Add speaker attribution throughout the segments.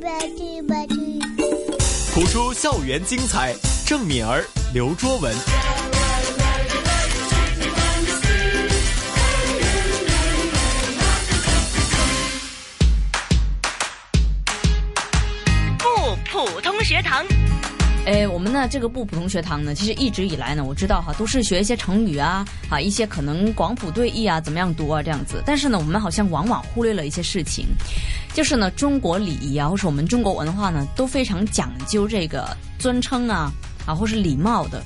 Speaker 1: 吧去吧去。
Speaker 2: 谱出校园精彩，郑敏儿、刘卓文。
Speaker 3: 不普通学堂，
Speaker 4: 哎，我们呢这个不普通学堂呢，其实一直以来呢，我知道哈，都是学一些成语啊，啊一些可能广谱对弈啊，怎么样读啊这样子。但是呢，我们好像往往忽略了一些事情，就是呢，中国礼仪啊，或是我们中国文化呢，都非常讲究这个尊称啊，啊或是礼貌的。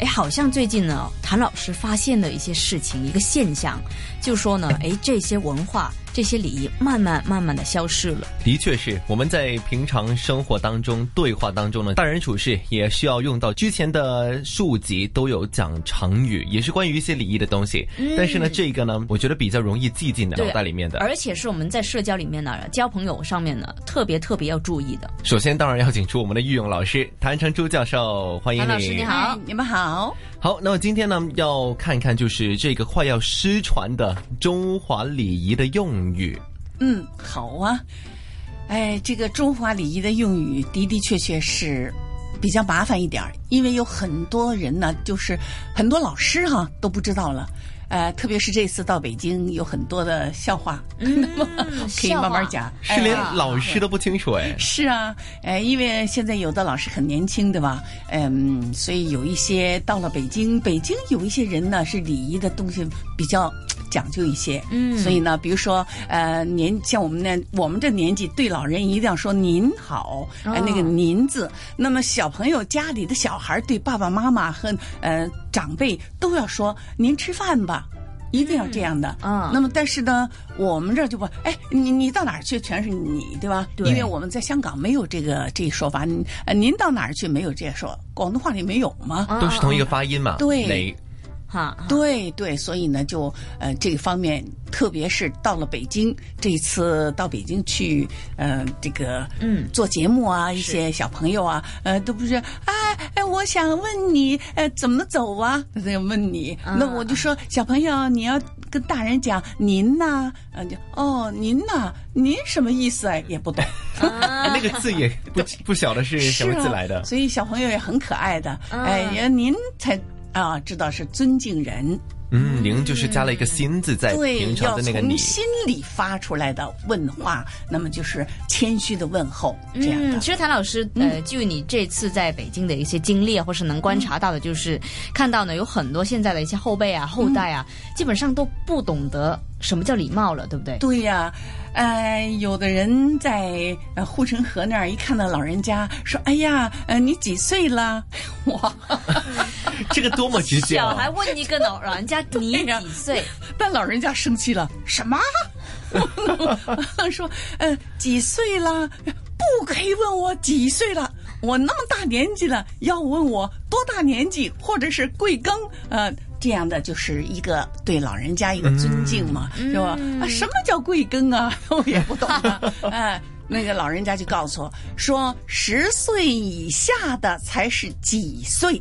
Speaker 4: 哎，好像最近呢，谭老师发现了一些事情，一个现象，就说呢，哎，这些文化、这些礼仪慢慢慢慢的消失了。
Speaker 2: 的确是我们在平常生活当中、对话当中呢，待人处事也需要用到。之前的书籍都有讲成语，也是关于一些礼仪的东西。但是呢，这个呢，我觉得比较容易记进脑
Speaker 4: 对
Speaker 2: 袋里面的。
Speaker 4: 嗯而且是我们在社交里面呢，交朋友上面呢，特别特别要注意的。
Speaker 2: 首先，当然要请出我们的御用老师谭成珠教授，欢迎
Speaker 4: 谭老师你好
Speaker 3: 哎你们好，
Speaker 2: 好，那么今天呢，要看看就是这个快要失传的中华礼仪的用语。
Speaker 3: 嗯，好啊。哎，这个中华礼仪的用语的的确确是比较麻烦一点儿，因为有很多人呢，就是很多老师哈、都不知道了。呃，特别是这次到北京，有很多的笑话，那
Speaker 4: 嗯
Speaker 3: 么
Speaker 4: 呃
Speaker 3: 可以慢慢讲。
Speaker 2: 是连
Speaker 3: 哎
Speaker 2: 老师都不清楚哎，
Speaker 3: 是啊，呃，因为现在有的老师很年轻，对吧？嗯，所以有一些到了北京，北京有一些人呢是礼仪的东西比较嘖讲究一些，
Speaker 4: 嗯
Speaker 3: 所以呢，比如说呃年像我们呢，我们这年纪对老人一定要说您好，哎、
Speaker 4: 哦
Speaker 3: 那个您字，那么小朋友家里的小孩对爸爸妈妈和呃长辈都要说您吃饭吧。一定要这样的，
Speaker 4: 嗯嗯
Speaker 3: 那么但是呢，我们这儿就不，哎，你你到哪儿去全是你，对吧？
Speaker 4: 对
Speaker 3: 因为我们在香港没有这个这一说法，您呃您到哪儿去没有这说？广东话里没有吗？
Speaker 4: 啊
Speaker 2: 嗯都是同一个
Speaker 4: 啊
Speaker 2: 发音嘛。
Speaker 3: 对
Speaker 2: 雷
Speaker 4: 哈，哈
Speaker 3: 对对，所以呢，就呃这个方面，特别是到了北京，这一次到北京去，呃，这个
Speaker 4: 嗯
Speaker 3: 做节目啊，一些小朋友啊，呃，都不是啊，哎，我想问你，呃，怎么走啊？ 他就问你，
Speaker 4: 啊
Speaker 3: 那我就说，小朋友，你要跟大人讲您呐、呃，就哦，您呐、您什么意思啊？也不 懂。
Speaker 2: 哎那个字也
Speaker 4: 啊
Speaker 2: 不不晓得是什么字来的
Speaker 3: 啊？。所以小朋友也很可爱的，
Speaker 4: 嗯
Speaker 3: 哎呀，您才啊知道是尊敬人，
Speaker 2: 嗯，您就是加了一个“心”字在
Speaker 3: 对
Speaker 2: 平，常
Speaker 3: 要
Speaker 2: 的那个“
Speaker 3: 从
Speaker 2: 你
Speaker 3: 心里发出来的问话，那么就是谦虚的问候这样的
Speaker 4: 嗯，。其实谭老师，呃，据你这次在北京的一些经历啊，或是能观察到的，就是、看到呢，有很多现在的一些后辈啊、后代啊，基本上都不懂得什么叫礼貌了，对不对？
Speaker 3: 对呀、呃，有的人在呃护城河那儿一看到老人家，说：“哎呀，呃，你几岁了？” 哇！
Speaker 2: 这个多么直接
Speaker 4: 小孩
Speaker 2: 啊！
Speaker 4: 问一个老老人家你
Speaker 3: 呀
Speaker 4: 几岁？
Speaker 3: 但老人家生气了，什么？说，呃，几岁了？不可以问我几岁了，我那么大年纪了，要问我多大年纪，或者是贵庚？呃，这样的就是一个对老人家一个尊敬嘛，是吧？啊，什么叫贵庚啊？ 我也不懂啊，哎、那个老人家就告诉我说，十岁以下的才是几岁。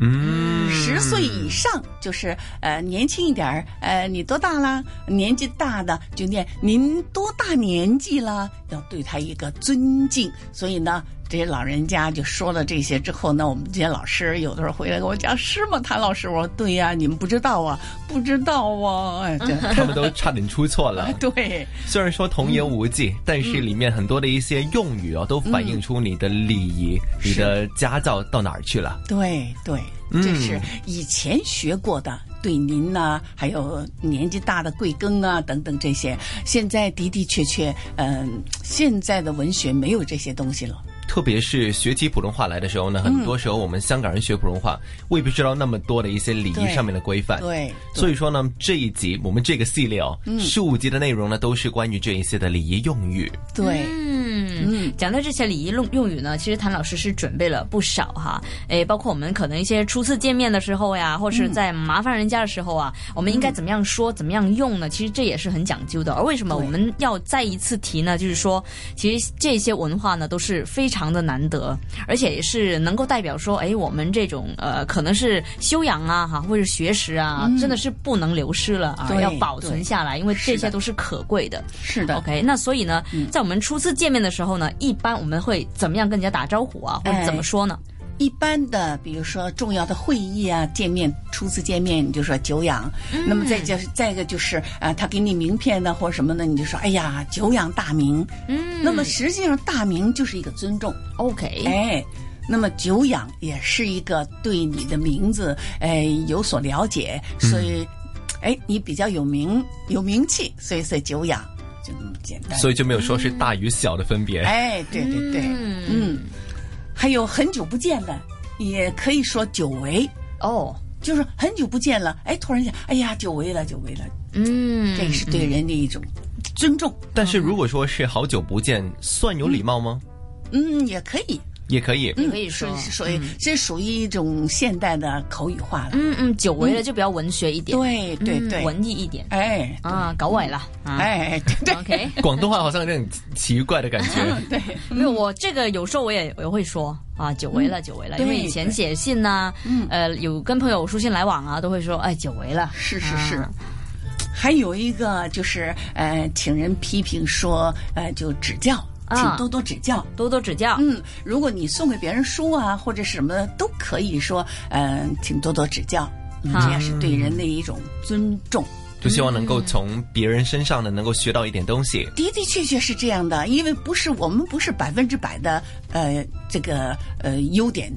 Speaker 2: 嗯，
Speaker 3: 十岁以上就是呃年轻一点儿，呃你多大啦？年纪大的就念您多大年纪啦？要对他一个尊敬。所以呢，这些老人家就说了这些之后呢，我们这些老师有的时候回来跟我讲是吗？谭老师，我说对呀、你们不知道啊，不知道啊，哎， 这
Speaker 2: 他们都差点出错了。
Speaker 3: 对。
Speaker 2: 虽然说童言无忌，
Speaker 3: 嗯
Speaker 2: 但是里面很多的一些用语哦，都反映出你的礼仪、
Speaker 3: 嗯
Speaker 2: 你的家教到哪儿去了。
Speaker 3: 对对，
Speaker 2: 嗯
Speaker 3: 这是以前学过的，对您呐、还有年纪大的贵庚啊等等这些，现在的的确确，嗯、现在的文学没有这些东西了。
Speaker 2: 特别是学起普通话来的时候呢，很多时候我们香港人学普通话，未必知道那么多的一些礼仪
Speaker 3: 对
Speaker 2: 上面的规
Speaker 4: 呃
Speaker 2: 范。
Speaker 3: 对，嗯
Speaker 2: 所以说呢，这一集我们这个系列哦，十五集的内容呢，都是关于这一些的礼仪用语。
Speaker 3: 对，
Speaker 4: 嗯，讲到这些礼仪用用语呢，其实谭老师是准备了不少哈，诶，包括我们可能一些初次见面的时候呀，或
Speaker 3: 嗯
Speaker 4: 是在麻烦人家的时候啊，我们应该怎么样说，怎么样用呢？其实这也是很讲究的。而为什么我
Speaker 3: 对
Speaker 4: 们要再一次提呢？就是说，其实这些文化呢都是非常的难得，而且也是能够代表说，诶，我们这种呃，可能是修养啊哈，或者是学识啊，真的是不能流失了啊，
Speaker 3: 嗯对
Speaker 4: 要保存
Speaker 3: 对
Speaker 4: 下来，因为这
Speaker 3: 是
Speaker 4: 些
Speaker 3: 的
Speaker 4: 都是可贵的。
Speaker 3: 是的，嗯
Speaker 4: OK，那所以呢，在我们初次见面的时候呢，一般我们会怎么样跟人家打招呼啊，或者
Speaker 3: 哎
Speaker 4: 怎么说呢？
Speaker 3: 一般的，比如说重要的会议啊，见面初次见面，你就说久仰。
Speaker 4: 嗯
Speaker 3: 那么再就是再一个就是啊，他给你名片呢或者什么呢，你就说哎呀久仰大名。
Speaker 4: 嗯
Speaker 3: 那么实际上大名就是一个尊重，
Speaker 4: OK，
Speaker 3: 哎。那么久仰也是一个对你的名字哎有所了解，
Speaker 2: 嗯
Speaker 3: 所以哎你比较有名有名气，所以说久仰就那么简单。
Speaker 2: 所以就没有说
Speaker 3: 嗯
Speaker 2: 是大与小的分别。
Speaker 3: 哎，对对对，
Speaker 4: 嗯
Speaker 3: 嗯，还有很久不见的，也可以说久违，
Speaker 4: 哦，
Speaker 3: 就是很久不见了，哎，突然想，哎呀，久违了，久违了，
Speaker 4: 嗯，
Speaker 3: 这是对人的一种尊重，
Speaker 2: 但是如果说是好久不见，算有礼貌吗？
Speaker 3: 嗯，也可以，
Speaker 2: 也可以。
Speaker 4: 可以说
Speaker 3: 嗯是属于这属于一种现代的口语化了，
Speaker 4: 嗯嗯，久违了就比较文学一点，
Speaker 3: 对
Speaker 4: 嗯
Speaker 3: 对对，
Speaker 4: 文艺一点
Speaker 3: 哎
Speaker 4: 啊，搞尾了啊。
Speaker 3: 哎，对对
Speaker 4: OK，
Speaker 2: 广东话好像有点奇怪的感觉。
Speaker 3: 对，
Speaker 4: 没有我这个有时候我也我会说啊，久违了，久违了，因为
Speaker 3: 嗯对
Speaker 4: 以前写信呐、
Speaker 3: 嗯
Speaker 4: 呃，有跟朋友书信来往啊，都会说哎，久违了，
Speaker 3: 是是是
Speaker 4: 啊。
Speaker 3: 还有一个就是，呃，请人批评说，呃，就指教，请
Speaker 4: 啊
Speaker 3: 多多指教。
Speaker 4: 多多指教。
Speaker 3: 嗯，如果你送给别人书啊或者什么都可以说，嗯、请多多指教，嗯
Speaker 4: 好
Speaker 3: 这也是对人的一种尊重。
Speaker 2: 就希望能够从别人身上呢，能够学到一点东西。
Speaker 3: 的的确确是这样的，因为不是我们不是百分之百的呃这个呃优点，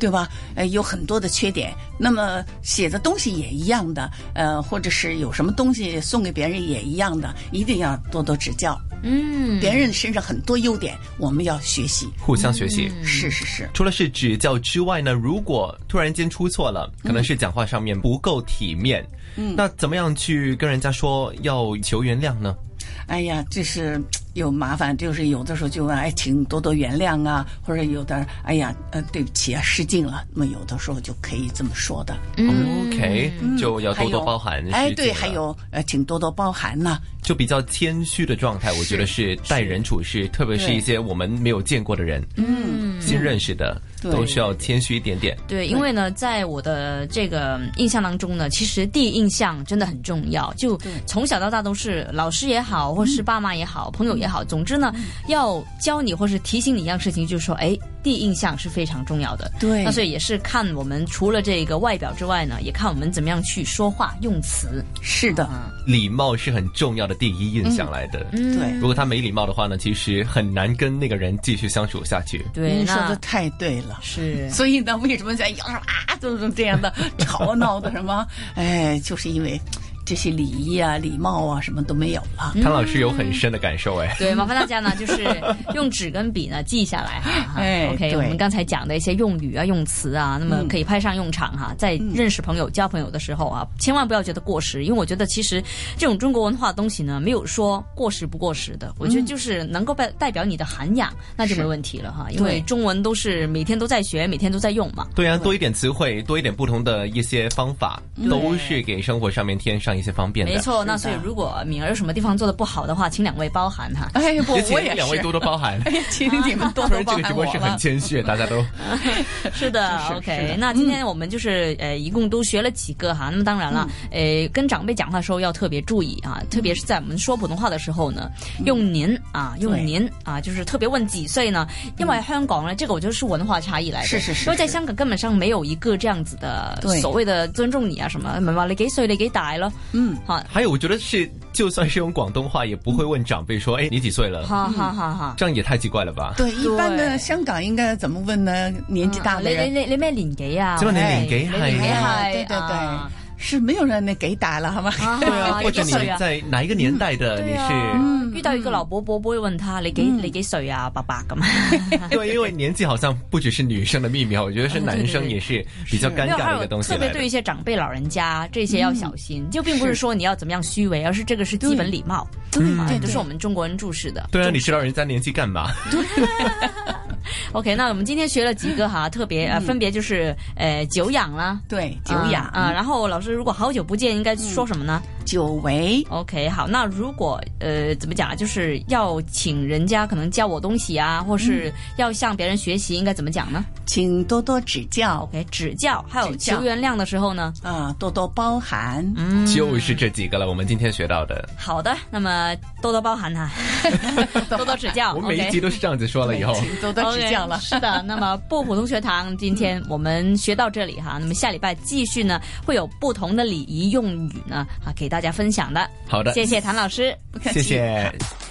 Speaker 3: 对吧？呃，有很多的缺点。那么写的东西也一样的，呃，或者是有什么东西送给别人也一样的，一定要多多指教。
Speaker 4: 嗯，
Speaker 3: 别人身上很多优点，我们要学习。
Speaker 2: 互相学习。
Speaker 3: 是是是，
Speaker 2: 除了是指教之外呢，如果突然间出错了，可能是讲话上面不够体面，嗯，那怎么样去跟人家说要求原谅呢？
Speaker 3: 哎呀，这是有麻烦，就是有的时候就问，哎，请多多原谅啊，或者有的，哎呀，呃，对不起啊，失敬了。那么有的时候就可以这么说的。
Speaker 4: 嗯
Speaker 2: OK，就要
Speaker 3: 还
Speaker 2: 多
Speaker 3: 有
Speaker 2: 多包涵。
Speaker 3: 哎，
Speaker 2: 是
Speaker 3: 对，
Speaker 2: 这个
Speaker 3: 嗯还有呃，请多多包涵呐、
Speaker 2: 就比较谦虚的状态，我觉得是待人处事，特别是
Speaker 3: 对
Speaker 2: 一些我们没有见过的人，嗯，新认识的，
Speaker 3: 对
Speaker 2: 都需要谦虚一点点。
Speaker 4: 对，因为呢，在我的这个印象当中呢，其实第一印象真的很重要。就从小到大都是老师也好，或是爸妈也好，朋友也好，总之呢，
Speaker 3: 嗯
Speaker 4: 要教你或是提醒你一样事情，就是说，哎，第一印象是非常重要的。
Speaker 3: 对
Speaker 4: 那所以也是看我们除了这个外表之外呢，也看我们怎么样去说话用词。
Speaker 3: 是的，
Speaker 2: 礼貌是很重要的第一印象来的。
Speaker 4: 嗯
Speaker 3: 对
Speaker 2: 如果他没礼貌的话呢，其实很难跟那个人继续相处下去。
Speaker 4: 对，
Speaker 3: 您说的
Speaker 4: 那
Speaker 3: 太对了。
Speaker 4: 是
Speaker 3: 所以呢，为什么在有时候啊，就是这样的 吵啊闹的什么？哎，就是因为这些礼仪啊、礼貌啊，什么都没有了。
Speaker 2: 谭老师有很深的感受，
Speaker 3: 嗯
Speaker 2: 哎，
Speaker 4: 对，麻烦大家呢，就是用纸跟笔呢记下来哈。
Speaker 3: 哎
Speaker 4: o k
Speaker 3: 对嗯
Speaker 4: 我们刚才讲的一些用语啊、用词啊，那么可以派上用场哈。在认识朋友、交朋友的时候啊，千万不要觉得过时，因为我觉得其实这种中国文化的东西呢，没有说过时不过时的。我
Speaker 3: 嗯
Speaker 4: 觉得就是能够代代表你的涵养，那就没问题了哈。因为
Speaker 3: 对
Speaker 4: 中文都是每天都在学，每天都在用嘛。
Speaker 2: 对啊，多一点词汇，多一点不同的一些方法，都是给生活上面添上一些方便的。
Speaker 4: 没错，那
Speaker 3: 是
Speaker 4: 所
Speaker 3: 的
Speaker 4: 以如果敏儿有什么地方做的不好的话，请两位包涵哈。
Speaker 3: 哎，我
Speaker 2: 也
Speaker 3: 我
Speaker 2: 请
Speaker 3: 也
Speaker 2: 两位
Speaker 3: 是
Speaker 2: 多，多包 涵。
Speaker 3: 哎，请你们
Speaker 2: 突
Speaker 3: 多多
Speaker 2: 然这
Speaker 3: 包
Speaker 2: 个直
Speaker 3: 涵
Speaker 2: 播
Speaker 3: 我啊嗯
Speaker 2: 是很
Speaker 3: 了。
Speaker 2: 谦虚，大家都
Speaker 4: 是的
Speaker 3: 是是
Speaker 4: o
Speaker 3: 是
Speaker 4: k
Speaker 3: 的嗯
Speaker 4: 那今天我们就是、呃，一共都学了几个哈。那么当然了，
Speaker 3: 嗯
Speaker 4: 呃，跟长辈讲话的时候要特别注意啊，特别是在我们说普通话的时候呢，用您啊，用
Speaker 3: 嗯对嗯
Speaker 4: 您啊，就是特别问几岁呢？因为香港呢，这个我觉得是文化差异来的，
Speaker 3: 是是是
Speaker 4: 因为在
Speaker 3: 是
Speaker 4: 香港根本上没有一个这样子的
Speaker 3: 对
Speaker 4: 所谓的尊重你啊什么，明白？你几岁？你几大咯？
Speaker 3: 嗯，
Speaker 4: 哈
Speaker 2: 还有，我觉得是就算是用广东话，也不会问长辈说：“哎，你几岁
Speaker 3: 嗯
Speaker 2: 了
Speaker 4: 哈哈哈哈。？”
Speaker 2: 这样也太奇怪了吧？
Speaker 3: 对，一般
Speaker 4: 对
Speaker 3: 的香港应该怎么问呢？年纪大
Speaker 4: 啊你
Speaker 3: 的
Speaker 4: 你
Speaker 3: 人
Speaker 4: 你你咩年纪啊？
Speaker 2: 即係話你
Speaker 4: 哎
Speaker 2: 年紀
Speaker 4: 你
Speaker 2: 係
Speaker 4: 年紀
Speaker 3: 啊
Speaker 4: 係
Speaker 3: 對對對
Speaker 4: 啊
Speaker 3: 是没有人那给打了，好吗？
Speaker 4: 啊
Speaker 2: 对啊，或者
Speaker 4: 幾
Speaker 2: 你
Speaker 4: 歲啊
Speaker 2: 在哪一个年代
Speaker 4: 嗯
Speaker 2: 的？你是
Speaker 3: 嗯
Speaker 4: 遇到一个老伯伯，不会问他你几、你几岁啊，爸爸咁。
Speaker 2: 因为因为年纪好像不只是女生的秘密啊，我觉得是男生也是比较尴
Speaker 4: 嗯没有，
Speaker 2: 尬
Speaker 4: 还
Speaker 2: 的一
Speaker 4: 有
Speaker 2: 个东西
Speaker 4: 特别
Speaker 2: 来
Speaker 4: 对
Speaker 2: 的
Speaker 4: 一。些长辈、老人家这些要小心，就并不是说你要怎么样虚伪，而是这个是基本礼貌，
Speaker 3: 嗯对
Speaker 4: 啊
Speaker 3: 对，
Speaker 4: 这
Speaker 3: 对
Speaker 4: 是我们中国人注视的。
Speaker 2: 对啊，你知道人家年纪干嘛？
Speaker 4: OK，那我们今天学了几个
Speaker 3: 嗯
Speaker 4: 哈，特别呃，分别就是呃久仰啦。啊
Speaker 3: 对久仰嗯
Speaker 4: 啊啊，然后老师，如果好久不见，应该说什么呢？
Speaker 3: 久违。
Speaker 4: OK，好，那如果呃怎么讲啊，就是要请人家可能教我东西啊，或
Speaker 3: 嗯
Speaker 4: 是要向别人学习，应该怎么讲呢
Speaker 3: 请多多指教
Speaker 4: ？OK，指教，还有
Speaker 3: 指教
Speaker 4: 求原谅的时候呢，
Speaker 3: 啊，多多包涵。
Speaker 4: 嗯，
Speaker 2: 就是这几个了，我们今天学到的。
Speaker 4: 好的，那么多多包 涵哈、多多指教。
Speaker 2: 我每一集
Speaker 4: OK
Speaker 2: 都是这样子说 了以后，
Speaker 3: 请多多指教了
Speaker 4: OK，。是的，那么不普通学堂今天我们学到这里 哈，那么下礼拜继续呢，会有不同的礼仪用语呢啊给大家分享的。
Speaker 2: 好的，
Speaker 4: 谢谢谭老师。
Speaker 3: 不客
Speaker 2: 谢
Speaker 3: 气。
Speaker 2: 谢。